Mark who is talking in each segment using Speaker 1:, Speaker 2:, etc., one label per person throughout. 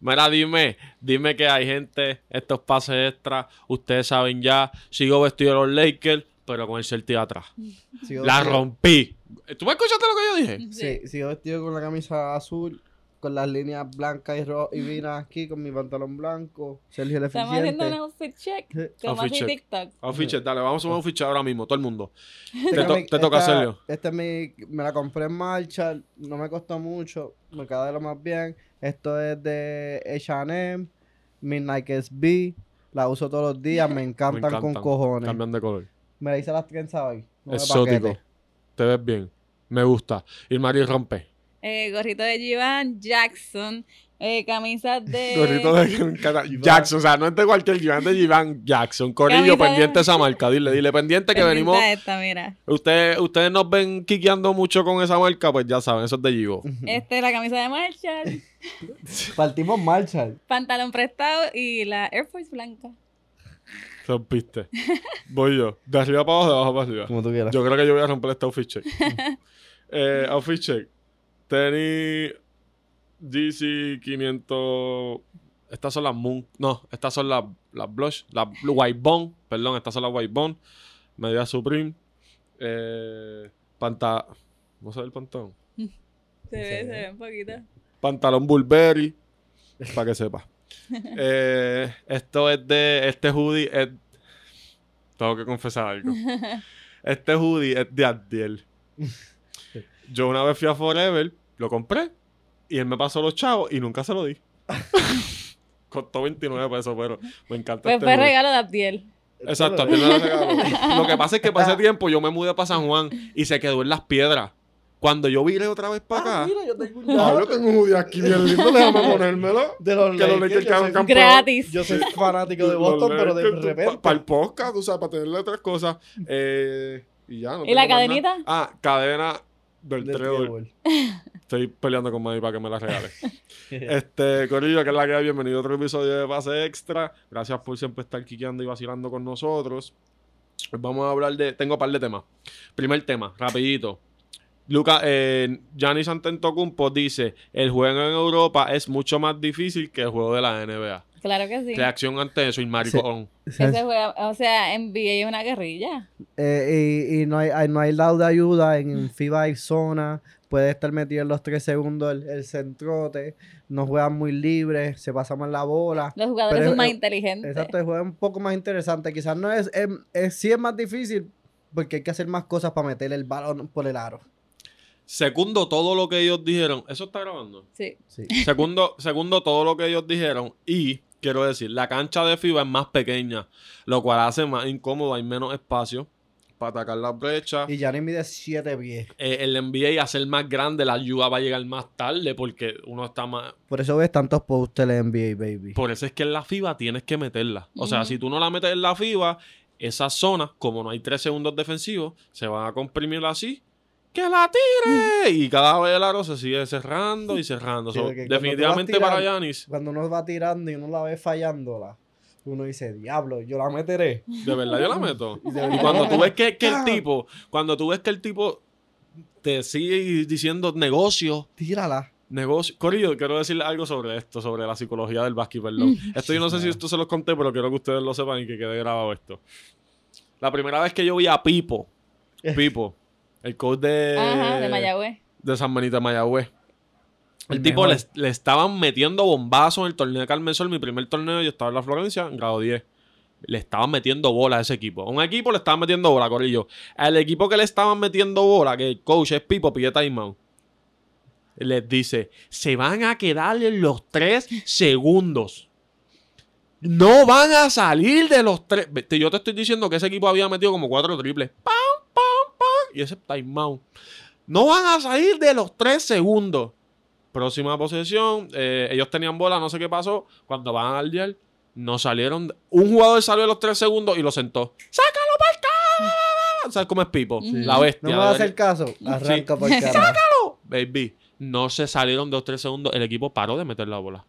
Speaker 1: Mira, dime, dime que hay gente, estos pases extras, ustedes saben ya, sigo vestido de los Lakers, pero con el certido atrás.
Speaker 2: Sigo
Speaker 1: La
Speaker 2: vestido-
Speaker 1: rompí. ¿Tú me escuchaste lo que yo dije?
Speaker 2: Sí, sigo vestido con la camisa azul, con las líneas blancas y ro- y vinas aquí, con mi pantalón blanco. Sergio el
Speaker 3: Estamos haciendo un
Speaker 2: eficiente.
Speaker 3: outfit check.
Speaker 2: Sí.
Speaker 3: Como
Speaker 1: Outfit
Speaker 3: así
Speaker 1: check.
Speaker 3: TikTok.
Speaker 1: Ofiche, dale, vamos a sumar un fichaje ahora mismo, todo el mundo.
Speaker 2: Este
Speaker 1: Te to-
Speaker 2: cami-
Speaker 1: te toca,
Speaker 2: esta-
Speaker 1: Sergio.
Speaker 2: Esta es mi, me la compré en marcha, no me costó mucho, me queda de lo más bien. Esto es de H&M, Midnight SB, la uso todos los días, me encantan, con
Speaker 1: encantan.
Speaker 2: cojones.
Speaker 1: Cambian de color.
Speaker 2: Me la hice las trenzas hoy. no de
Speaker 1: Exótico.
Speaker 2: paquete.
Speaker 1: Te ves bien. Me gusta. Y Mario rompe.
Speaker 3: Eh, gorrito de Givan Jackson. Eh, camisas de.
Speaker 1: Gorrito de cara- Jackson, o sea, no es de cualquier Giván, de Giván Jackson. Corillo,
Speaker 3: Camisa de-
Speaker 1: pendiente esa marca, dile, dile, pendiente que
Speaker 3: Pendiente
Speaker 1: venimos.
Speaker 3: a Esta, mira.
Speaker 1: Ustedes, ustedes nos ven quiqueando mucho con esa marca, pues ya saben, eso es de Givo.
Speaker 3: Este, la camisa de Marshall,
Speaker 2: Partimos marcha.
Speaker 3: pantalón prestado y la Air Force blanca.
Speaker 1: Rompiste. Voy yo. De arriba para abajo, de abajo para arriba.
Speaker 2: Como tú quieras.
Speaker 1: Yo creo que yo voy a romper este outfit check. eh, outfit check. Tenis DC 500. Estas son las Moon. No, estas son las, las Blush. Las Blue- White Bone. Perdón, estas son las White Bone. Medida Supreme. Eh, panta. ¿Cómo se ve el pantalón?
Speaker 3: Se ve, se ve un poquito.
Speaker 1: Pantalón Burberry. Para que sepa. Eh, esto es de. Este hoodie es. Tengo que confesar algo. Este hoodie es de Adiel. Yo una vez fui a Forever, lo compré y él me pasó los chavos y nunca se lo di. Costó 29 pesos, pero me encanta
Speaker 3: Pues
Speaker 1: este
Speaker 3: fue
Speaker 1: hoodie.
Speaker 3: regalo de Abdiel.
Speaker 1: Exacto, Abdiel me lo regaló. Lo que pasa es que para ese tiempo yo me mudé para San Juan y se quedó en las piedras. Cuando yo vine otra vez para
Speaker 2: Ah,
Speaker 1: acá,
Speaker 2: mira, yo tengo un
Speaker 1: Ah,
Speaker 2: llavero
Speaker 1: yo tengo un hoodie aquí bien lindo, déjame ponérmelo.
Speaker 2: de los
Speaker 1: Que los Lakers
Speaker 2: Lakers, yo
Speaker 1: quedaron
Speaker 2: soy-
Speaker 1: campeones.
Speaker 3: Gratis.
Speaker 2: Yo soy fanático de Boston, pero de repente.
Speaker 1: Para el podcast, o sea, para tenerle otras cosas. Eh, y ya, no
Speaker 3: ¿Y
Speaker 1: tengo
Speaker 3: la
Speaker 1: más
Speaker 3: cadenita?
Speaker 1: nada. Ah, cadena del
Speaker 2: de
Speaker 1: trébol.
Speaker 2: trébol.
Speaker 1: Estoy peleando con Manny para que me la regale. este, Corillo, que es la que hay. Bienvenido a otro episodio de Pase Extra. Gracias por siempre estar quiqueando y vacilando con nosotros. Hoy Vamos a hablar de... Tengo un par de temas. Primer tema, rapidito. Luca, eh, Giannis Antetokounmpo dice, el juego en Europa es mucho más difícil que el juego de la NBA.
Speaker 3: Claro que sí.
Speaker 1: Reacción ante eso, y maricón.
Speaker 3: Ese juego, o sea, NBA es una guerrilla.
Speaker 2: Eh, y, y no hay, hay- no hay lado de ayuda, en FIBA hay zona, puede estar metido en los tres segundos el, el centrote, no juegan muy libre, se pasa más la bola.
Speaker 3: Los jugadores
Speaker 2: Pero
Speaker 3: son más
Speaker 2: es-
Speaker 3: inteligentes.
Speaker 2: Exacto, el juego es un poco más interesante, quizás no es, es, es- sí es más difícil porque hay que hacer más cosas para meter el balón por el aro.
Speaker 1: Segundo, todo lo que ellos dijeron. ¿Eso está grabando?
Speaker 3: Sí.
Speaker 2: Sí.
Speaker 1: Segundo, segundo, todo lo que ellos dijeron. Y quiero decir, la cancha de FIBA es más pequeña, lo cual hace más incómodo, hay menos espacio para atacar las brechas.
Speaker 2: Y Gianni mide 7 pies.
Speaker 1: Eh, el NBA hacer más grande, la ayuda va a llegar más tarde porque uno está más.
Speaker 2: Por eso ves tantos posters en NBA, baby.
Speaker 1: Por eso es que en la FIBA tienes que meterla. O sea,
Speaker 3: Ujú.
Speaker 1: si tú no la metes en la FIBA, esas zonas, como no hay tres segundos defensivos, se van a comprimir así. ¡Que la tire! Y cada vez el aro se sigue cerrando y cerrando.
Speaker 2: Sí,
Speaker 1: So,
Speaker 2: porque cuando tú vas
Speaker 1: definitivamente para
Speaker 2: tirando-
Speaker 1: Yanis,
Speaker 2: Cuando uno va tirando y uno la ve fallándola, uno dice, diablo, yo la meteré.
Speaker 1: de verdad yo la meto.
Speaker 2: Y de
Speaker 1: Y
Speaker 2: verdad
Speaker 1: cuando
Speaker 2: la
Speaker 1: tú ves que, que
Speaker 2: Ah.
Speaker 1: el tipo, cuando tú ves que el tipo te sigue diciendo negocio,
Speaker 2: Tírala.
Speaker 1: negocio. Corillo, quiero decirle algo sobre esto, sobre la psicología del básquet,
Speaker 3: Mm.
Speaker 1: perdón. Esto yo no sé si esto se los conté, pero quiero que ustedes lo sepan y que quede grabado esto. La primera vez que yo vi a Pipo, Pipo, el coach
Speaker 2: Eh,
Speaker 1: de,
Speaker 3: Ajá, de Mayagüez.
Speaker 1: de San Benito de Mayagüez. El,
Speaker 2: El
Speaker 1: tipo
Speaker 2: mejor.
Speaker 1: le, le estaban metiendo bombazos en el torneo de Carmen Sol, mi primer torneo, yo estaba en la Florencia, en grado 10. Le estaban metiendo bola a ese equipo. A un equipo le estaban metiendo bola, Corillo. Al equipo que le estaban metiendo bola, que el coach es Pipo, pide timeout. Les dice, se van a quedar en los tres segundos. No van a salir de los tres. Vete, Yo te estoy diciendo que ese equipo había metido como cuatro triples. ¡Pam, pam, pam! Y ese timeout. No van a salir de los tres segundos. Próxima posesión. eh, ellos tenían bola, no sé qué pasó. Cuando van al dial, no salieron. de- Un jugador salió de los tres segundos y lo sentó. ¡Sácalo para acá! ¿Sabes cómo es Pipo?
Speaker 3: Sí.
Speaker 1: La bestia.
Speaker 2: No me va a
Speaker 1: debería-
Speaker 2: hacer ¡Oh! caso. Arranca por cara.
Speaker 1: Baby, no se salieron de los tres segundos. El equipo paró de meter la bola.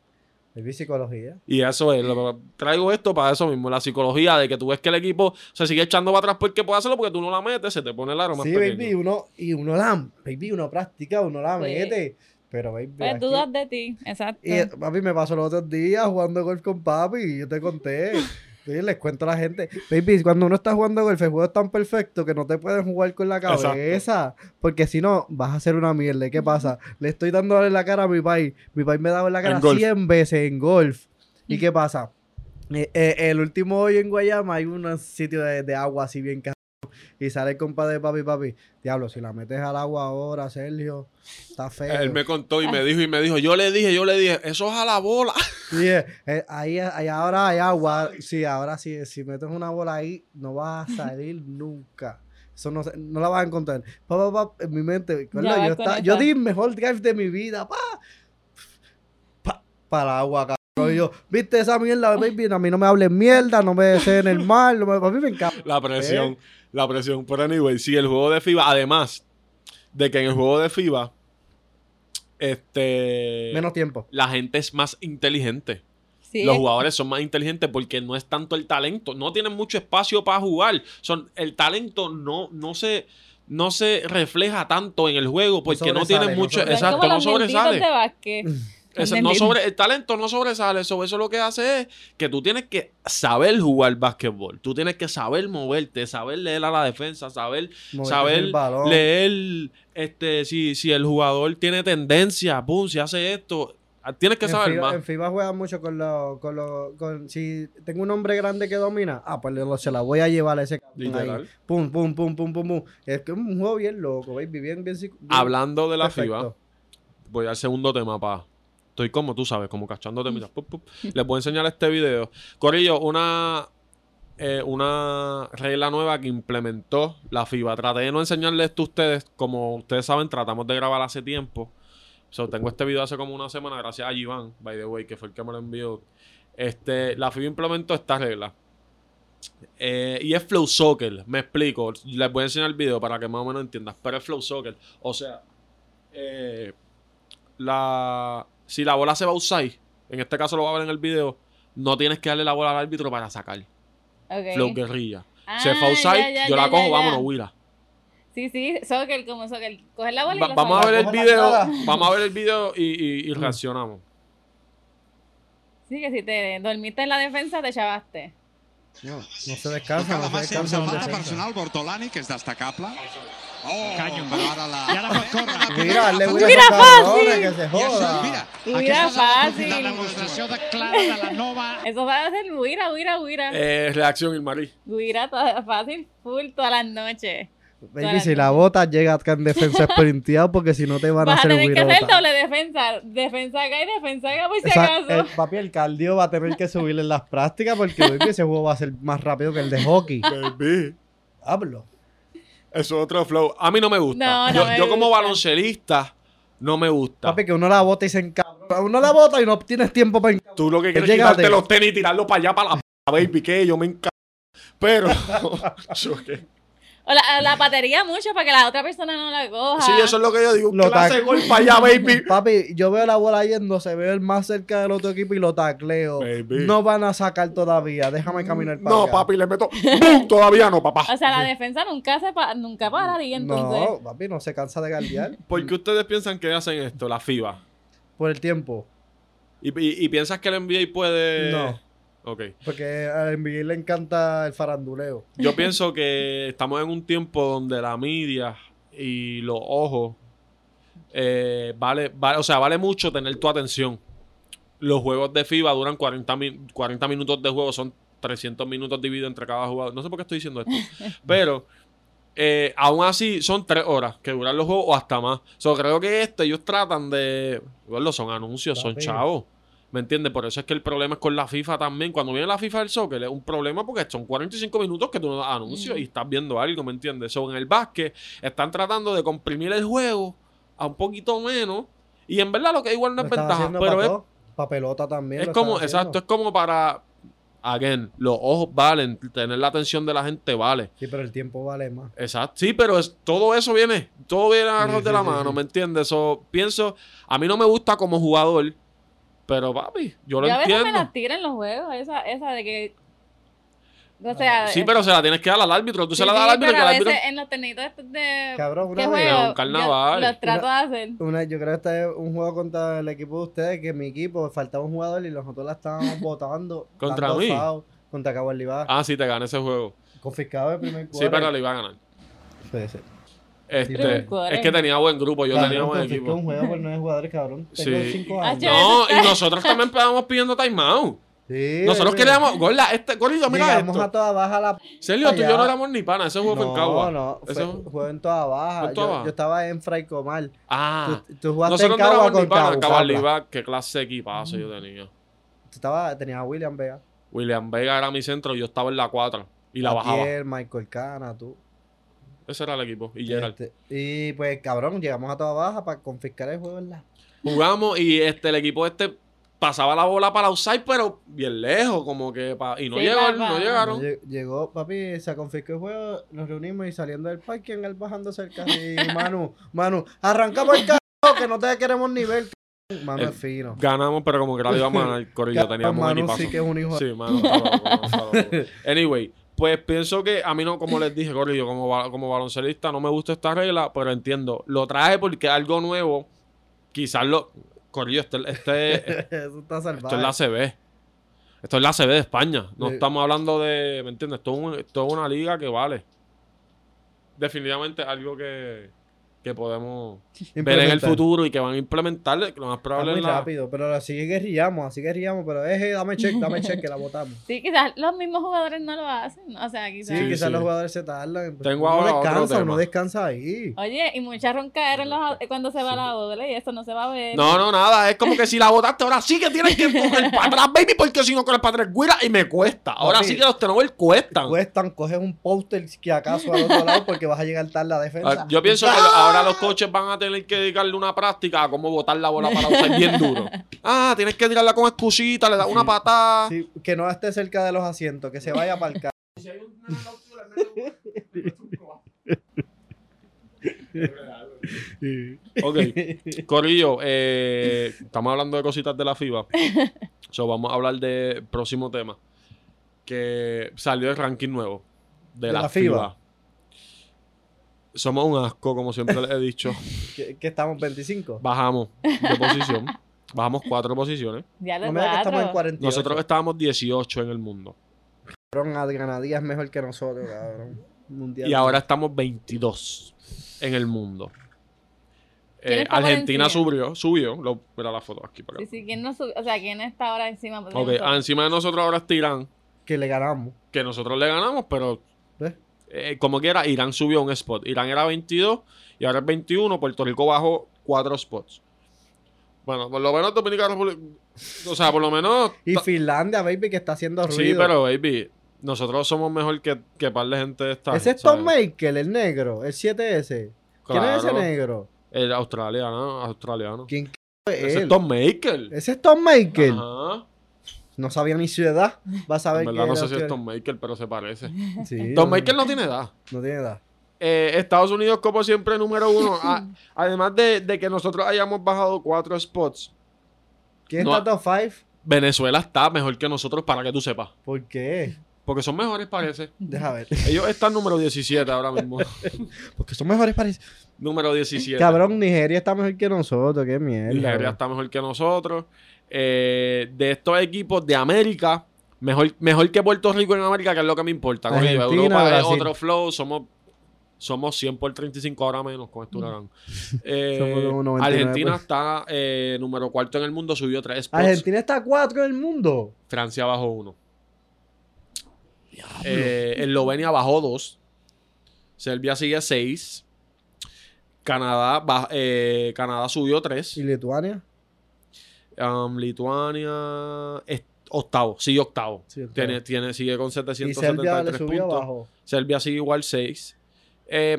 Speaker 2: Baby, psicología.
Speaker 1: Y eso es, lo- traigo esto para eso mismo, la psicología de que tú ves que el equipo se sigue echando para atrás porque puede hacerlo porque tú no la metes, se te pone el aro más
Speaker 2: Sí,
Speaker 1: pequeño.
Speaker 2: baby, uno, y uno la, baby, uno practica, uno la
Speaker 3: Sí.
Speaker 2: mete. Pero, baby.
Speaker 3: Pues
Speaker 2: aquí-
Speaker 3: dudas de ti, exacto.
Speaker 2: Y eh, papi me pasó los otros días jugando golf con papi y yo te conté. Sí, les cuento a la gente. Baby, cuando uno está jugando golf, el juego es tan perfecto que no te puedes jugar con la
Speaker 1: Exacto.
Speaker 2: cabeza. Porque si no, vas a hacer una mierda. ¿Y ¿Qué pasa? Le estoy dando en la cara a mi país. Mi país me daba en la cara
Speaker 1: En golf.
Speaker 2: 100 veces en golf. ¿Y
Speaker 3: Mm.
Speaker 2: qué pasa? Eh, eh, el último hoyo en Guayama hay un sitio de, de agua así bien caro. Y sale el compadre de papi, papi. Diablo, si la metes al agua ahora, Sergio, está feo.
Speaker 1: Él me contó y me dijo y me dijo, yo le dije, yo le dije, eso es a la bola.
Speaker 2: Sí, eh, eh, ahí, ahí ahora hay agua. Sí, ahora sí, si metes una bola ahí, no vas a salir nunca. Eso no, se- no la vas a encontrar. Pa, pa, pa, en mi mente,
Speaker 3: Ya
Speaker 2: ¿verdad?
Speaker 3: vas
Speaker 2: yo,
Speaker 3: con
Speaker 2: estaba- yo
Speaker 3: esa.
Speaker 2: di el mejor drive de mi vida. Pa, pa, para agua, cabrón. Y yo, viste esa mierda, baby, a mí no me hables mierda, no me deseen el mal. No me, a mí me encanta.
Speaker 1: La presión, la presión. Pero anyway, sí, el juego de FIBA, además de que en el juego de FIBA, este...
Speaker 2: Menos tiempo.
Speaker 1: La gente es más inteligente.
Speaker 3: Sí,
Speaker 1: Los jugadores son más inteligentes porque no es tanto el talento. No tienen mucho espacio para jugar. Son, el talento no, no se... No se refleja tanto en el juego porque no,
Speaker 2: sobresale,
Speaker 1: tienen
Speaker 2: no
Speaker 1: mucho.
Speaker 2: sobresale.
Speaker 3: son
Speaker 1: exacto,
Speaker 3: como
Speaker 1: no
Speaker 3: los nentitos
Speaker 1: sobresale.
Speaker 3: de básquet.
Speaker 1: Eso-
Speaker 3: Entendí.
Speaker 1: no sobre, el talento no sobresale. Eso, eso lo que hace es que tú tienes que saber jugar básquetbol. Tú tienes que saber moverte, saber leer a la defensa, saber,
Speaker 2: Moverte
Speaker 1: saber
Speaker 2: el balón.
Speaker 1: leer este, si, si el jugador tiene tendencia, pum, si hace esto. Ah, Tienes que
Speaker 2: en
Speaker 1: saber
Speaker 2: FIBA,
Speaker 1: más.
Speaker 2: en FIBA juegan mucho con los... Con los- con, si tengo un hombre grande que domina, ah, pues le- lo- se la voy a llevar a ese cabrón ahí.
Speaker 1: Literal.
Speaker 2: Pum, pum, pum, pum, pum, pum. Es que es un juego bien loco, baby. Bien, bien. psico- bien
Speaker 1: Hablando de la
Speaker 2: perfecto.
Speaker 1: FIBA, voy al segundo tema, pa. Estoy como tú sabes, como cachándote. Mira, pup, pup. Les voy a enseñar este video. Corillo, una, eh, una regla nueva que implementó la FIBA. Traté de no enseñarles esto a ustedes. Como ustedes saben, tratamos de grabar hace tiempo. So, tengo este video hace como una semana, gracias a Iván, by the way, que fue el que me lo envió. Este, la FIBA implementó esta regla. Eh, y es Flow Soccer, me explico. Les voy a enseñar el video para que más o menos entiendas. Pero es Flow Soccer. O sea, eh, la, si la bola se va outside, en este caso lo va a ver en el video, no tienes que darle la bola al árbitro para sacar.
Speaker 3: Ok.
Speaker 1: Flow Guerrilla.
Speaker 3: Ah,
Speaker 1: se fue outside,
Speaker 3: ya, ya,
Speaker 1: yo la
Speaker 3: ya,
Speaker 1: cojo,
Speaker 3: ya.
Speaker 1: vámonos, Willa.
Speaker 3: Sí, sí, soccer, como soccer. Coger la bola y
Speaker 1: Va-
Speaker 3: la
Speaker 1: vamos a
Speaker 3: saca. Mm.
Speaker 1: ver el
Speaker 2: Coge la
Speaker 1: video,
Speaker 2: cara.
Speaker 1: vamos a ver el video y, y- y reaccionamos.
Speaker 3: Sí, que si te dormiste en la defensa, te chavaste.
Speaker 2: Ah, No, no se descansa,
Speaker 4: Tocava
Speaker 2: no se
Speaker 4: massa,
Speaker 2: descansa. no se
Speaker 4: massa
Speaker 2: descansa.
Speaker 4: personal, Bortolani, que és destacable. Oh,
Speaker 2: eh?
Speaker 5: Canyo.
Speaker 4: però ara la...
Speaker 5: I ara pot córrer.
Speaker 2: Mira, le voy a
Speaker 3: Mira,
Speaker 2: esos cabrones,
Speaker 3: fácil.
Speaker 2: Que se
Speaker 4: I això, mira,
Speaker 2: joda.
Speaker 3: Mira,
Speaker 4: aquesta és la
Speaker 3: fàcil.
Speaker 4: demostració de
Speaker 5: La
Speaker 4: demostració
Speaker 5: demostració de clara de la nova
Speaker 3: Eso va a ser guira, guira, guira.
Speaker 1: Eh, reacción, Ilmarí.
Speaker 3: Guira toda- fácil, full todas las noches.
Speaker 2: Baby, si la bota llega acá en defensa sprinteado porque si no te van a
Speaker 3: Vas a
Speaker 2: hacer
Speaker 3: tener que hacer
Speaker 2: wirota.
Speaker 3: doble defensa. Defensa acá y defensa acá, por si
Speaker 2: Esa- eh.
Speaker 3: acaso.
Speaker 2: el- papi, el cardio va a tener que subirle en las prácticas porque baby, ese juego va a ser más rápido que el de hockey.
Speaker 1: Baby,
Speaker 2: Hablo.
Speaker 1: eso es otro flow. A mí no me gusta.
Speaker 3: No, no
Speaker 1: yo,
Speaker 3: me
Speaker 1: yo como
Speaker 3: gusta.
Speaker 1: baloncelista no me gusta.
Speaker 2: Papi, que uno la bota y se encabra. Uno la bota y no tienes tiempo para
Speaker 1: Tú lo que quieres es
Speaker 2: Llégate.
Speaker 1: quitarte los tenis y tirarlos para allá, para la p- baby, que yo me encargo. Pero, yo qué.
Speaker 3: O la, la batería mucho para que la otra persona no la coja.
Speaker 1: Sí, eso es lo que yo digo.
Speaker 2: Lo
Speaker 1: clase de
Speaker 2: tac-
Speaker 1: gol para allá, baby.
Speaker 2: Papi, yo veo la bola yéndose, veo el más cerca del otro equipo y lo tacleo.
Speaker 1: Baby.
Speaker 2: No van a sacar todavía, déjame caminar para
Speaker 1: Mm, No,
Speaker 2: allá.
Speaker 1: papi, le meto. ¡Bum! Todavía no, papá.
Speaker 3: O sea, la defensa nunca se pa- nunca pararía entonces.
Speaker 2: No, papi, no se cansa de galdear
Speaker 1: ¿Por qué ustedes piensan que hacen esto, la FIBA?
Speaker 2: por el tiempo.
Speaker 1: ¿Y, y- y piensas que el NBA puede.?
Speaker 2: No.
Speaker 1: Ok.
Speaker 2: Porque al Miguel le encanta el faranduleo.
Speaker 1: Yo pienso que estamos en un tiempo donde la media y los ojos. eh, vale, vale, o sea, vale mucho tener tu atención. Los juegos de FIBA duran 40, min- 40 minutos de juego, son 300 minutos divididos entre cada jugador. No sé por qué estoy diciendo esto. Pero. eh, aún así, son tres horas que duran los juegos o hasta más. So, creo que esto ellos tratan de. Bueno, son anuncios, son
Speaker 2: Papi.
Speaker 1: chavos. ¿Me entiendes? Por eso es que el problema es con la FIFA también. Cuando viene la FIFA del soccer es un problema porque son 45 minutos que tú no das anuncios
Speaker 3: Ujú.
Speaker 1: y estás viendo algo, ¿me entiendes? So, en el básquet están tratando de comprimir el juego a un poquito menos. Y en verdad lo que igual no
Speaker 2: Lo
Speaker 1: es
Speaker 2: están
Speaker 1: ventaja,
Speaker 2: haciendo
Speaker 1: pero
Speaker 2: pa'
Speaker 1: es,
Speaker 2: todo, pa' pelota también.
Speaker 1: es
Speaker 2: lo
Speaker 1: como,
Speaker 2: están haciendo.
Speaker 1: exacto, es como para, again, los ojos valen, tener la atención de la gente vale.
Speaker 2: Sí, pero el tiempo vale más.
Speaker 1: Exacto. Sí, pero es- todo eso viene, todo viene agarrado
Speaker 2: Sí,
Speaker 1: de
Speaker 2: sí,
Speaker 1: la
Speaker 2: sí,
Speaker 1: mano,
Speaker 2: sí.
Speaker 1: ¿me entiendes? So, pienso, a mí no me gusta como jugador, pero papi, yo lo
Speaker 3: Yo a veces me
Speaker 1: entiendo.
Speaker 3: las tiro en los juegos, esa, esa de que O sea,
Speaker 1: Sí, pero se la tienes que dar al árbitro. Tú
Speaker 3: Ah, eh. sí,
Speaker 1: se la das
Speaker 3: sí,
Speaker 1: al árbitro y
Speaker 3: pero
Speaker 1: el
Speaker 3: a
Speaker 1: árbitro.
Speaker 3: veces en los torneitos estos de
Speaker 2: Cabrón,
Speaker 3: que
Speaker 2: una vez.
Speaker 1: juega?
Speaker 3: juego,
Speaker 1: Un carnaval.
Speaker 3: yo los trato de hacer.
Speaker 2: Una, yo creo que este es un juego contra el equipo de ustedes, que mi equipo faltaba un jugador y nosotros la estábamos votando.
Speaker 1: ¿Contra mí?
Speaker 2: contra Cabo Olivá.
Speaker 1: Ah, sí, te gané ese juego.
Speaker 2: Confiscado el primer
Speaker 1: Sí, pero
Speaker 2: quarter.
Speaker 1: le iba a ganar.
Speaker 2: Puede ser.
Speaker 1: Este,
Speaker 3: Primer quarter.
Speaker 1: es que tenía buen grupo, yo
Speaker 2: Cabrón,
Speaker 1: tenía buen
Speaker 2: confiscó
Speaker 1: equipo.
Speaker 2: un juego por nueve jugadores, cabrón. Tengo
Speaker 1: Sí.
Speaker 2: cinco
Speaker 3: Ah,
Speaker 2: años.
Speaker 3: yo-
Speaker 1: No, y nosotros también estábamos pidiendo timeout.
Speaker 2: Sí,
Speaker 1: Nosotros
Speaker 2: baby.
Speaker 1: queríamos. Gorla, este, Gorlito, mira
Speaker 2: Llegamos
Speaker 1: esto.
Speaker 2: a toda baja la...
Speaker 1: Sergio, tú y yo
Speaker 2: allá.
Speaker 1: no éramos ni pana. Ese juego fue en Cagua.
Speaker 2: No, no, fue,
Speaker 1: Eso-
Speaker 2: fue en toda baja.
Speaker 1: ¿Fue en toda
Speaker 2: yo,
Speaker 1: baja?
Speaker 2: yo estaba en Fray Comal.
Speaker 1: Ah,
Speaker 2: tú, tú jugaste en
Speaker 1: nosotros no
Speaker 2: Cagua
Speaker 1: éramos ni
Speaker 2: con
Speaker 1: pana.
Speaker 2: Cabo. Cabla.
Speaker 1: Cabalibá, qué clase de equipazo yo tenía.
Speaker 2: Tú estabas, tenías a William Vega.
Speaker 1: William Vega era mi centro, yo estaba en la 4 y la bajaba.
Speaker 2: Javier, Michael Cana, tú.
Speaker 1: Ese era el equipo. Y Gerald.
Speaker 2: Este, y pues, cabrón, llegamos a toda baja para confiscar el juego, ¿verdad?
Speaker 1: Jugamos y este, el equipo este pasaba la bola para outside, pero bien lejos, como que. pa- Y no,
Speaker 3: Sí,
Speaker 1: llegó,
Speaker 3: papá.
Speaker 1: no llegaron.
Speaker 2: Lle- Llegó, papi, se confiscó el juego, nos reunimos y saliendo del parque, en él bajándose el carro. Y Manu, Manu, arrancamos el carro que no te queremos ni ver. cabrón. Manu
Speaker 1: Eh,
Speaker 2: es fino.
Speaker 1: Ganamos, pero como que la íbamos a ganar, Corillo.
Speaker 2: Cabrón,
Speaker 1: Teníamos un
Speaker 2: Manu
Speaker 1: equipazo.
Speaker 2: sí que es un hijo de-
Speaker 1: Sí, mano, está loco, mano, está loco. Anyway, pues pienso que a mí no, como les dije, Corillo, como, ba- como baloncelista, no me gusta esta regla, pero entiendo. Lo traje porque algo nuevo, quizás lo. Corillo, este, este,
Speaker 2: Eso está
Speaker 1: esto
Speaker 2: salvaje.
Speaker 1: es la CB. Esto es la CB de España. No
Speaker 2: Sí.
Speaker 1: estamos hablando de. ¿Me entiendes? Esto es, un- esto es una liga que vale. Definitivamente algo que, que podemos ver en el
Speaker 2: Implementar.
Speaker 1: futuro y que van a implementar lo más
Speaker 2: Está
Speaker 1: probable
Speaker 2: muy
Speaker 1: en la-
Speaker 2: rápido, pero así guerrillamos, así guerrillamos, pero es, eh, dame check, dame check, que la botamos.
Speaker 3: Sí, quizás los mismos jugadores no lo hacen. O sea, quizás.
Speaker 2: Sí,
Speaker 1: Sí,
Speaker 2: quizás
Speaker 1: sí.
Speaker 2: los jugadores se tardan. pero
Speaker 1: Tengo
Speaker 2: uno
Speaker 1: ahora otro
Speaker 2: descansa,
Speaker 1: tema.
Speaker 2: uno descansa ahí.
Speaker 3: Oye, y muchas roncaderas en los- cuando se va la bola y eso no se va a ver.
Speaker 1: No, no, nada. Es como que si la botaste, ahora sí que tienes que coger para atrás, baby, porque si no corres para atrás, güira, y me cuesta. Ahora
Speaker 2: Papi,
Speaker 1: sí que los tenovers cuestan.
Speaker 2: Cuestan, coges un póster que acaso al otro lado porque vas a llegar tarde a la
Speaker 1: Ah,
Speaker 2: defensa.
Speaker 1: Yo pienso que lo- ahora los coaches van a tener que dedicarle una práctica a cómo botar la bola para usar bien duro. Ah, tienes que tirarla con excusita, le das una patada.
Speaker 2: Sí, que no esté cerca de los asientos, que se vaya para el carro.
Speaker 1: Ok, Corillo, eh, estamos hablando de cositas de la FIBA. So, vamos a hablar del próximo tema. Que salió el ranking nuevo de, la, FIBA. Somos un asco, como siempre les he dicho.
Speaker 2: que, que estamos 25.
Speaker 1: Bajamos de posición. Bajamos cuatro posiciones.
Speaker 3: Ya los
Speaker 2: No me digas que
Speaker 3: cuatro.
Speaker 2: estamos en 48.
Speaker 1: Nosotros estábamos 18 en el mundo.
Speaker 2: Cabrón, Adriana Díaz es mejor que nosotros, cabrón. Mundial.
Speaker 1: Y ahora estamos 22 en el mundo.
Speaker 3: ¿Quién
Speaker 1: Eh,
Speaker 3: está por
Speaker 1: Argentina
Speaker 3: encima?
Speaker 1: subió, subió. Lo, mira la foto aquí para acá.
Speaker 3: Sí, sí, ¿quién no sub- O sea, ¿quién está ahora encima? Pues, Porque
Speaker 1: Ok,
Speaker 3: nosotros-
Speaker 1: ah, encima de nosotros ahora está Irán,
Speaker 2: Que le ganamos.
Speaker 1: que nosotros le ganamos, pero
Speaker 2: ¿Ves?
Speaker 1: eh, como quiera, Irán subió un spot. Irán era 22 y ahora es 21. Puerto Rico bajó cuatro spots. Bueno, por lo menos Dominicana República- O sea, por lo menos.
Speaker 2: Y Finlandia, baby, que está haciendo ruido.
Speaker 1: Sí, pero baby, nosotros somos mejor que, que par de gente de esta.
Speaker 2: Ese es
Speaker 1: ¿sabes?
Speaker 2: Tom Maker, el negro, el 7S. ¿Quién es ese
Speaker 1: Claro,
Speaker 2: negro?
Speaker 1: El australiano, australiano.
Speaker 2: ¿Quién c- es
Speaker 1: Ese
Speaker 2: él?
Speaker 1: es Tom Maker.
Speaker 2: Ese es Tom Maker.
Speaker 1: Ajá.
Speaker 2: No sabía ni su edad. Vas a ver
Speaker 1: En verdad
Speaker 2: que
Speaker 1: no
Speaker 2: era
Speaker 1: sé si es
Speaker 2: fiel.
Speaker 1: Tom Maker, pero se parece.
Speaker 2: Sí,
Speaker 1: Tom
Speaker 2: no-
Speaker 1: Maker no tiene edad.
Speaker 2: No tiene edad.
Speaker 1: Eh, Estados Unidos, como siempre, número uno. A- además de, de que nosotros hayamos bajado cuatro spots,
Speaker 2: ¿Quién
Speaker 1: No,
Speaker 2: está top 5?
Speaker 1: Venezuela está mejor que nosotros, para que tú sepas.
Speaker 2: ¿Por qué?
Speaker 1: Porque son mejores, parece.
Speaker 2: Deja ver.
Speaker 1: Ellos están número 17 ahora mismo.
Speaker 2: Porque son mejores parece.
Speaker 1: número 17.
Speaker 2: Cabrón, Nigeria está mejor que nosotros. Qué mierda.
Speaker 1: Nigeria
Speaker 2: bro.
Speaker 1: está mejor que nosotros. Eh, de estos equipos de América, mejor, mejor que Puerto Rico en América, que es lo que me importa. coño.
Speaker 2: Argentina,
Speaker 1: Europa es
Speaker 2: Brasil.
Speaker 1: otro flow. Somos, somos 100 por 35 ahora menos con este huracán. Eh,
Speaker 2: Mm. Somos como 99
Speaker 1: Argentina
Speaker 2: por-
Speaker 1: está eh, número cuarto en el mundo, subió tres spots.
Speaker 2: Argentina está 4 en el mundo.
Speaker 1: Francia bajó uno. Eh, Eslovenia bajó dos. Serbia sigue seis. Canadá, baj- eh, Canadá subió tres.
Speaker 2: ¿Y Lituania?
Speaker 1: Um, Lituania es octavo, sigue octavo.
Speaker 2: Sí, octavo.
Speaker 1: Tiene, tiene, sigue con
Speaker 2: Y Serbia le
Speaker 1: 773
Speaker 2: subió
Speaker 1: puntos.
Speaker 2: abajo.
Speaker 1: Serbia sigue igual 6.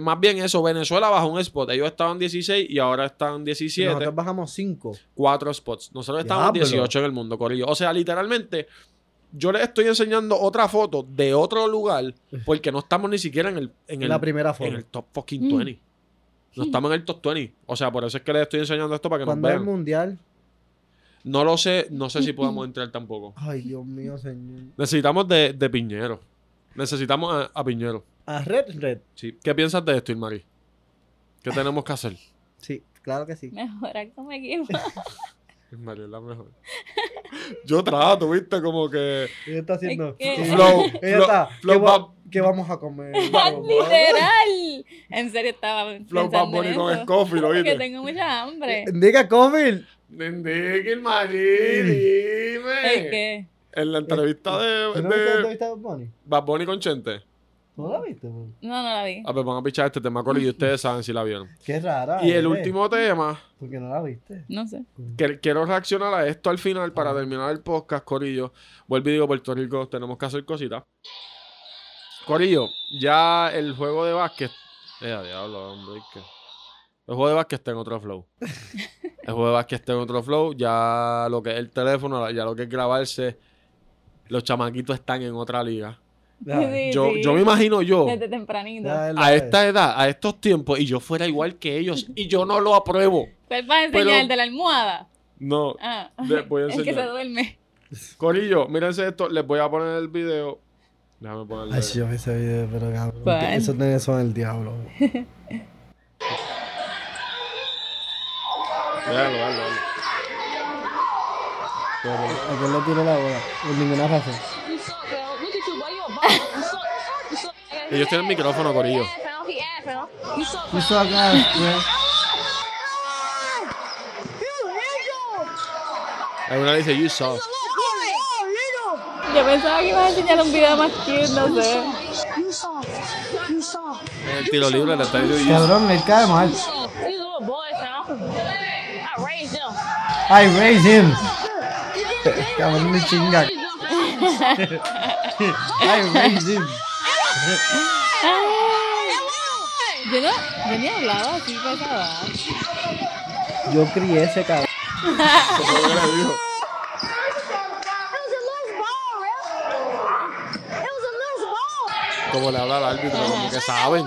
Speaker 1: más bien eso, Venezuela bajó un spot. Ellos estaban 16 y ahora están 17.
Speaker 2: Nosotros bajamos 5.
Speaker 1: Cuatro spots. Nosotros estamos
Speaker 2: Diablo.
Speaker 1: 18 en el mundo, Corillo. O sea, literalmente, yo les estoy enseñando otra foto de otro lugar porque no estamos ni siquiera en el, en el,
Speaker 2: La primera
Speaker 1: en
Speaker 2: foto.
Speaker 1: el top fucking 20. No estamos en el top 20. O sea, por eso es que les estoy enseñando esto para que nos
Speaker 2: Cuando es el
Speaker 1: vean.
Speaker 2: mundial.
Speaker 1: No lo sé, no sé si podamos entrar tampoco.
Speaker 2: Ay, Dios mío, señor.
Speaker 1: Necesitamos de, de Piñero. Necesitamos a, a Piñero.
Speaker 2: A Ah, Red Red.
Speaker 1: Sí. ¿Qué piensas de esto, Ilmari? ¿Qué tenemos que hacer?
Speaker 2: Sí, claro que sí.
Speaker 3: Mejorar como equipo.
Speaker 1: Ilmari es la mejor. Yo trato, viste, como que.
Speaker 2: Ella está haciendo.
Speaker 3: que-
Speaker 2: Sí.
Speaker 1: Flow,
Speaker 2: Ella
Speaker 1: flow,
Speaker 2: está.
Speaker 1: flow
Speaker 2: ¿qué, va-
Speaker 1: Bad-
Speaker 2: qué vamos a comer?
Speaker 3: Literal. En serio estaba
Speaker 1: Flow Bad
Speaker 3: pensando en
Speaker 1: Bunny con
Speaker 3: eso.
Speaker 1: Scofield, ¿lo
Speaker 3: Porque
Speaker 1: viste?
Speaker 3: tengo mucha hambre.
Speaker 2: Diga Cofield.
Speaker 1: Dime, Ilmari,
Speaker 2: eh.
Speaker 1: dime.
Speaker 3: ¿El qué?
Speaker 1: En la entrevista de,
Speaker 2: ¿Tú no viste la
Speaker 1: de
Speaker 2: entrevista de Bad Bunny?
Speaker 1: Bad Bunny con Chente.
Speaker 2: ¿No la viste? bro?
Speaker 3: No, no la vi.
Speaker 1: A ver, van a pichar este tema, Cory, y ustedes saben si la vieron.
Speaker 2: Qué rara.
Speaker 3: Ah,
Speaker 1: Y el
Speaker 2: eres,
Speaker 1: último tema,
Speaker 2: Porque no la viste.
Speaker 3: No sé.
Speaker 1: que quiero reaccionar a esto al final para terminar el podcast, Corillo. Vuelvo y digo, Puerto Rico, tenemos que hacer cositas. Corillo, ya el juego de básquet. Eh, diablo, hombre, es que- El juego de básquet está en otro flow. El juego de básquet está en otro flow. Ya lo que es el teléfono, ya lo que es grabarse. Los chamaquitos están en otra liga.
Speaker 2: Déjame
Speaker 3: Sí,
Speaker 1: Yo,
Speaker 3: sí.
Speaker 1: yo me imagino
Speaker 2: Oh.
Speaker 1: yo.
Speaker 3: Desde tempranito.
Speaker 2: ver.
Speaker 1: a esta edad, a estos tiempos, y yo fuera igual que ellos, y yo no lo apruebo.
Speaker 3: ¿Cuál vas a enseñar?
Speaker 1: Pero-
Speaker 3: ¿El de la almohada?
Speaker 1: No,
Speaker 3: Ah.
Speaker 1: Le voy a
Speaker 3: El que se
Speaker 1: enseñar.
Speaker 3: duerme.
Speaker 1: Corillo, mírense esto, les voy a poner el video. Déjame ponerle.
Speaker 2: Ay, sí, yo vi ese video, pero cabrón.
Speaker 3: ¿Cuál?
Speaker 2: Eso tiene son el diablo. bro.
Speaker 1: Déjalo, dale, dale. Déjalo.
Speaker 2: ¿A quién le tiró la bola? Por ninguna razón.
Speaker 6: You suck, girl. Look at you, boy. You a bum. You suck. You suck.
Speaker 1: Ellos tienen micrófono, Corillo.
Speaker 6: He ass, he ass, girl. You suck,
Speaker 2: You
Speaker 6: girl.
Speaker 2: suck ass, yeah.
Speaker 1: Hay una que dice, You suck.
Speaker 3: Yo pensaba que ibas a enseñar un video más cute, no sé.
Speaker 6: You suck. You suck.
Speaker 1: En el tiro libre le está diciendo, "You suck".
Speaker 2: Cabrón, él cae mal.
Speaker 6: These little boys now. I raised them.
Speaker 2: I raise him. Cabrón, me chinga. I raise him.
Speaker 3: Yo no, yo ni hablaba así pesada.
Speaker 2: Yo crié ese cabrón.
Speaker 1: Eso fue lo que le dijo. Como le habla al árbitro, como que saben.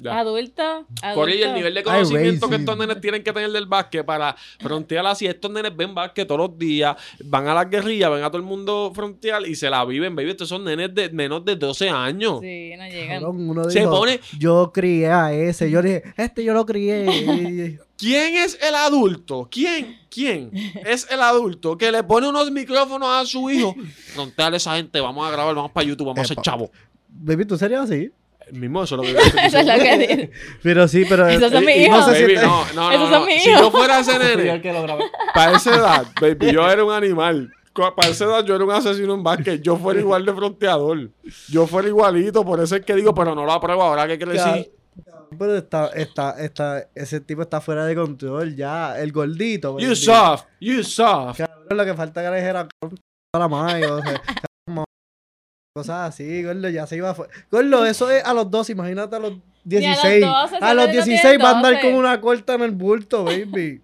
Speaker 1: Ya.
Speaker 3: Adulto, adulto.
Speaker 1: Corillo, el nivel de conocimiento que
Speaker 2: raise
Speaker 1: estos
Speaker 2: you.
Speaker 1: nenes tienen que tener del básquet para frontear así. Estos nenes ven básquet todos los días, van a las guerrillas, ven a todo el mundo frontear y se la viven, baby. Estos son nenes de menos de 12 años.
Speaker 3: Sí, no llegan.
Speaker 2: Cabrón, uno
Speaker 1: Se
Speaker 2: dijo,
Speaker 1: pone-
Speaker 2: Yo crié a ese. Yo dije, este yo lo crié.
Speaker 1: ¿Quién es el adulto? ¿Quién? ¿Quién es el adulto que le pone unos micrófonos a su hijo? Frontear a esa gente, vamos a grabar, vamos para YouTube, vamos a ser
Speaker 2: Epa.
Speaker 1: chavo.
Speaker 2: Baby, ¿tú serías así?
Speaker 1: El Eh, mismo eso es lo que yo estoy
Speaker 3: Eso es
Speaker 1: diciendo.
Speaker 3: lo que dice.
Speaker 2: Pero sí, pero.
Speaker 3: Esos son
Speaker 2: y-
Speaker 3: mis
Speaker 2: y
Speaker 3: hijos.
Speaker 2: No sé si
Speaker 1: Baby,
Speaker 2: te-
Speaker 1: no, no, no,
Speaker 3: Esos son
Speaker 1: no.
Speaker 3: mis
Speaker 1: Si
Speaker 3: hijos.
Speaker 1: yo fuera ese
Speaker 2: Fui yo el
Speaker 1: nene,
Speaker 2: que lo grabé.
Speaker 1: para esa edad, baby, yo era un animal. Para esa edad yo era un asesino en básquet. Yo fuera igual de fronteador. Yo fuera igualito, por eso es que digo, pero no lo apruebo ahora que
Speaker 2: Pues
Speaker 1: crecí.
Speaker 2: Pero está, está, está, ese tipo está fuera de control ya. El gordito.
Speaker 1: You
Speaker 2: baby.
Speaker 1: soft, you soft.
Speaker 2: Cabrón, lo que falta que le dijera "Cabrón, para más. o sea, cabrón, cosas así, gordo, ya se iba fu- Gordo, eso es a los dos, imagínate a los 16.
Speaker 3: a los 12,
Speaker 2: a los
Speaker 3: ese nene no
Speaker 2: 16 va a andar
Speaker 3: tiene
Speaker 2: con una corta en el bulto, baby.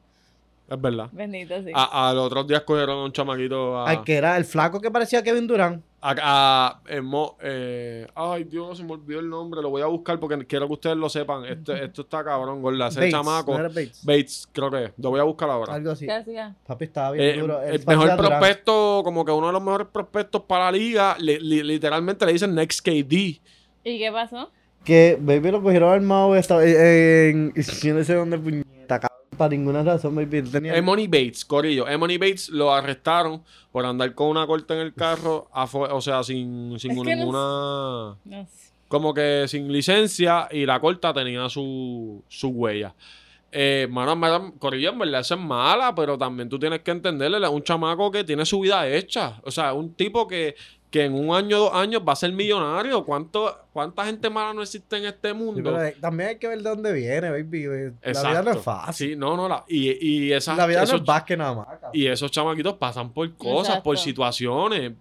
Speaker 1: Es verdad.
Speaker 3: Bendito, sí.
Speaker 1: A, a los otros días cogieron a un chamaquito a...
Speaker 2: Al que era el flaco que parecía Kevin Durán.
Speaker 1: A, a- en Mo- eh, ay, Dios, se me olvidó el nombre. Lo voy a buscar porque quiero que ustedes lo sepan. Este, esto está cabrón, gorda. Ese
Speaker 2: Bates,
Speaker 1: chamaco.
Speaker 2: ¿no era Bates?
Speaker 1: Bates, creo que es. Lo voy a buscar ahora.
Speaker 2: Algo así.
Speaker 3: ¿Qué hacía?
Speaker 2: Papi estaba bien
Speaker 1: Eh,
Speaker 2: duro.
Speaker 1: el
Speaker 2: parecía
Speaker 1: mejor
Speaker 2: Durán.
Speaker 1: prospecto, como que uno de los mejores prospectos para la liga, li- li- literalmente le dicen Next KD.
Speaker 3: ¿Y qué pasó?
Speaker 2: Que baby lo cogieron armado. Estaba, eh, en, yo no sé dónde puñeta, cabrón. Para ninguna razón, baby. Él Tenía
Speaker 1: Emony Bates, Corillo. Emony Bates lo arrestaron por andar con una corta en el carro, afo- o sea, sin, sin
Speaker 3: Es que
Speaker 1: ninguna.
Speaker 3: No sé.
Speaker 1: como que sin licencia y la corta tenía su, su huella. Eh, mano, en verdad, Corillo, en verdad, eso es mala, pero también tú tienes que entenderle a un chamaco que tiene su vida hecha. O sea, un tipo que, que en un año, dos años va a ser millonario. ¿Cuánto, ¿Cuánta gente mala no existe en este
Speaker 2: Sí,
Speaker 1: mundo?
Speaker 2: pero, eh, también hay que ver de dónde viene, baby. eh, La vida no
Speaker 1: Exacto.
Speaker 2: es fácil.
Speaker 1: Sí, no, no. la- y, y esas-
Speaker 2: la vida no
Speaker 1: esos-
Speaker 2: es básquet nada más. cabrón.
Speaker 1: y esos chamaquitos pasan por cosas, por
Speaker 3: Exacto.
Speaker 1: situaciones. Eh,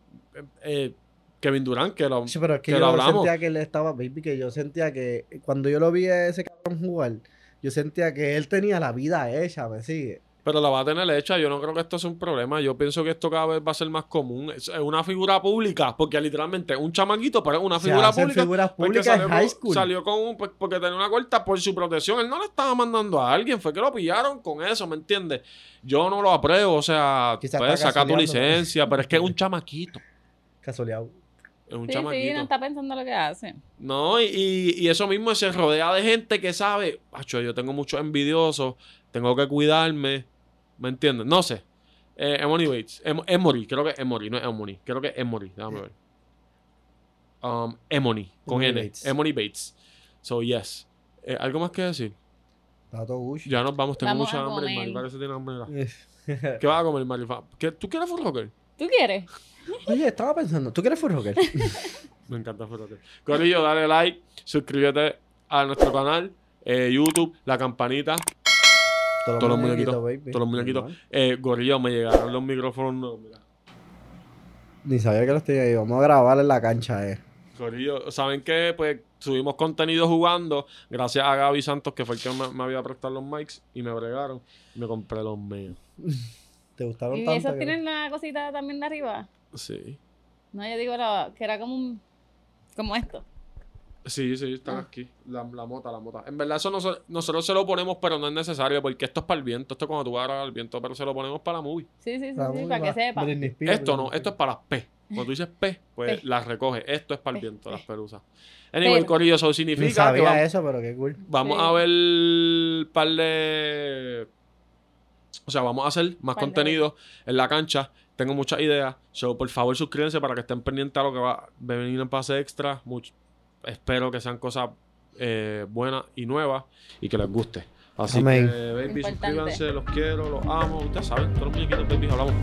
Speaker 1: eh, Kevin Durant, que lo...
Speaker 2: Sí, pero es que
Speaker 1: que
Speaker 2: yo
Speaker 1: lo
Speaker 2: no
Speaker 1: hablamos.
Speaker 2: sentía que él estaba, baby, que yo sentía que cuando yo lo vi a ese cabrón jugar, yo sentía que él tenía la vida hecha, ¿me sigue?
Speaker 1: Pero la va a tener hecha. Yo no creo que esto sea un problema. Yo pienso que esto cada vez va a ser más común. Es es una figura pública, porque literalmente un chamaquito, pero es una
Speaker 2: Se
Speaker 1: figura
Speaker 2: hacen
Speaker 1: pública.
Speaker 2: figuras
Speaker 1: porque
Speaker 2: públicas en
Speaker 1: salió
Speaker 2: high
Speaker 1: con-
Speaker 2: school.
Speaker 1: Salió con un, pues, porque tenía una corta por su protección. Él no le estaba mandando a alguien, fue que lo pillaron con eso, ¿me entiendes? Yo no lo apruebo, o sea,
Speaker 2: Quizás
Speaker 1: puedes
Speaker 2: está
Speaker 1: sacar tu
Speaker 2: gasoleando.
Speaker 1: licencia, pero es que es un chamaquito.
Speaker 2: Casoleado.
Speaker 1: Es un
Speaker 3: Sí,
Speaker 1: chamaquito.
Speaker 3: sí, no está pensando lo que hace.
Speaker 1: No, y, y- y eso mismo se rodea de gente que sabe, "Acho, yo tengo muchos envidiosos, tengo que cuidarme, ¿me entiendes? No sé. Eh, Emily Bates, Em- Emory, creo que es Emory, no es Emory, creo que es Emory, déjame ver. Um, Emony, con
Speaker 2: Emily
Speaker 1: N,
Speaker 2: Bates.
Speaker 1: Emily Bates. So, yes. Eh, ¿Algo más que decir?
Speaker 2: Tato Bush.
Speaker 1: Ya nos vamos, tengo
Speaker 3: Vamos
Speaker 1: mucha
Speaker 3: a
Speaker 1: hambre,
Speaker 3: comer.
Speaker 1: Mari parece que tiene hambre. ¿Qué vas a comer, Mari? Fa- ¿Qué- ¿Tú quieres full rocker?
Speaker 3: ¿Tú quieres?
Speaker 2: Oye, estaba pensando, ¿tú quieres Full Rocker?
Speaker 1: Me encanta Fototec. Corillo, dale like, suscríbete a nuestro canal, eh, YouTube, la campanita, todos los muñequitos.
Speaker 2: Pues baby.
Speaker 1: Todos los muñequitos.
Speaker 2: Normal.
Speaker 1: Eh, gorillo, me llegaron los micrófonos nuevos, mira.
Speaker 2: Ni sabía que los tenía ahí. Vamos a grabar en la cancha, eh.
Speaker 1: Corillo, ¿saben qué? Pues subimos contenido jugando, gracias a Gaby Santos, que fue el que me, me había prestado los mics y me bregaron. y me compré los míos.
Speaker 2: ¿Te gustaron
Speaker 3: ¿Y
Speaker 2: tanto?
Speaker 3: esos
Speaker 2: que-
Speaker 3: tienen la cosita también de arriba?
Speaker 1: Sí.
Speaker 3: No, yo digo la- que era como un... Como esto.
Speaker 1: Sí, sí, están
Speaker 3: Ah.
Speaker 1: aquí. La, la mota, la mota. En verdad, eso noso- nosotros se lo ponemos, pero no es necesario, porque esto es para el viento. Esto es cuando tú vas a grabar el viento, pero se lo ponemos para la movie.
Speaker 3: Sí, sí, sí,
Speaker 2: Está
Speaker 3: sí
Speaker 2: muy
Speaker 3: para que
Speaker 2: mal.
Speaker 3: sepa.
Speaker 2: Britney Spears,
Speaker 1: Esto no,
Speaker 2: Britney
Speaker 1: esto es para las P. Cuando tú dices P, pues
Speaker 3: P.
Speaker 1: las recoge. Esto es para el
Speaker 3: P,
Speaker 1: viento,
Speaker 3: P.
Speaker 1: las perusas. Anyway,
Speaker 3: Pero-
Speaker 1: Corillo, eso
Speaker 2: Spears. Ni
Speaker 1: significa que
Speaker 2: sabía
Speaker 1: vamos,
Speaker 2: eso, pero qué cool.
Speaker 1: vamos
Speaker 3: Sí.
Speaker 1: a ver un par de. O sea, vamos a hacer más
Speaker 3: Par de-
Speaker 1: contenido en la cancha. Tengo muchas ideas. So, por favor, suscríbanse para que estén pendientes a lo que va a venir en pase extra. Much- Espero que sean cosas eh, buenas y nuevas y que les guste. Así
Speaker 2: Amén.
Speaker 1: que, baby,
Speaker 3: Importante.
Speaker 1: suscríbanse. Los quiero, los amo. Ustedes saben, todos los muñequitos, baby, hablamos.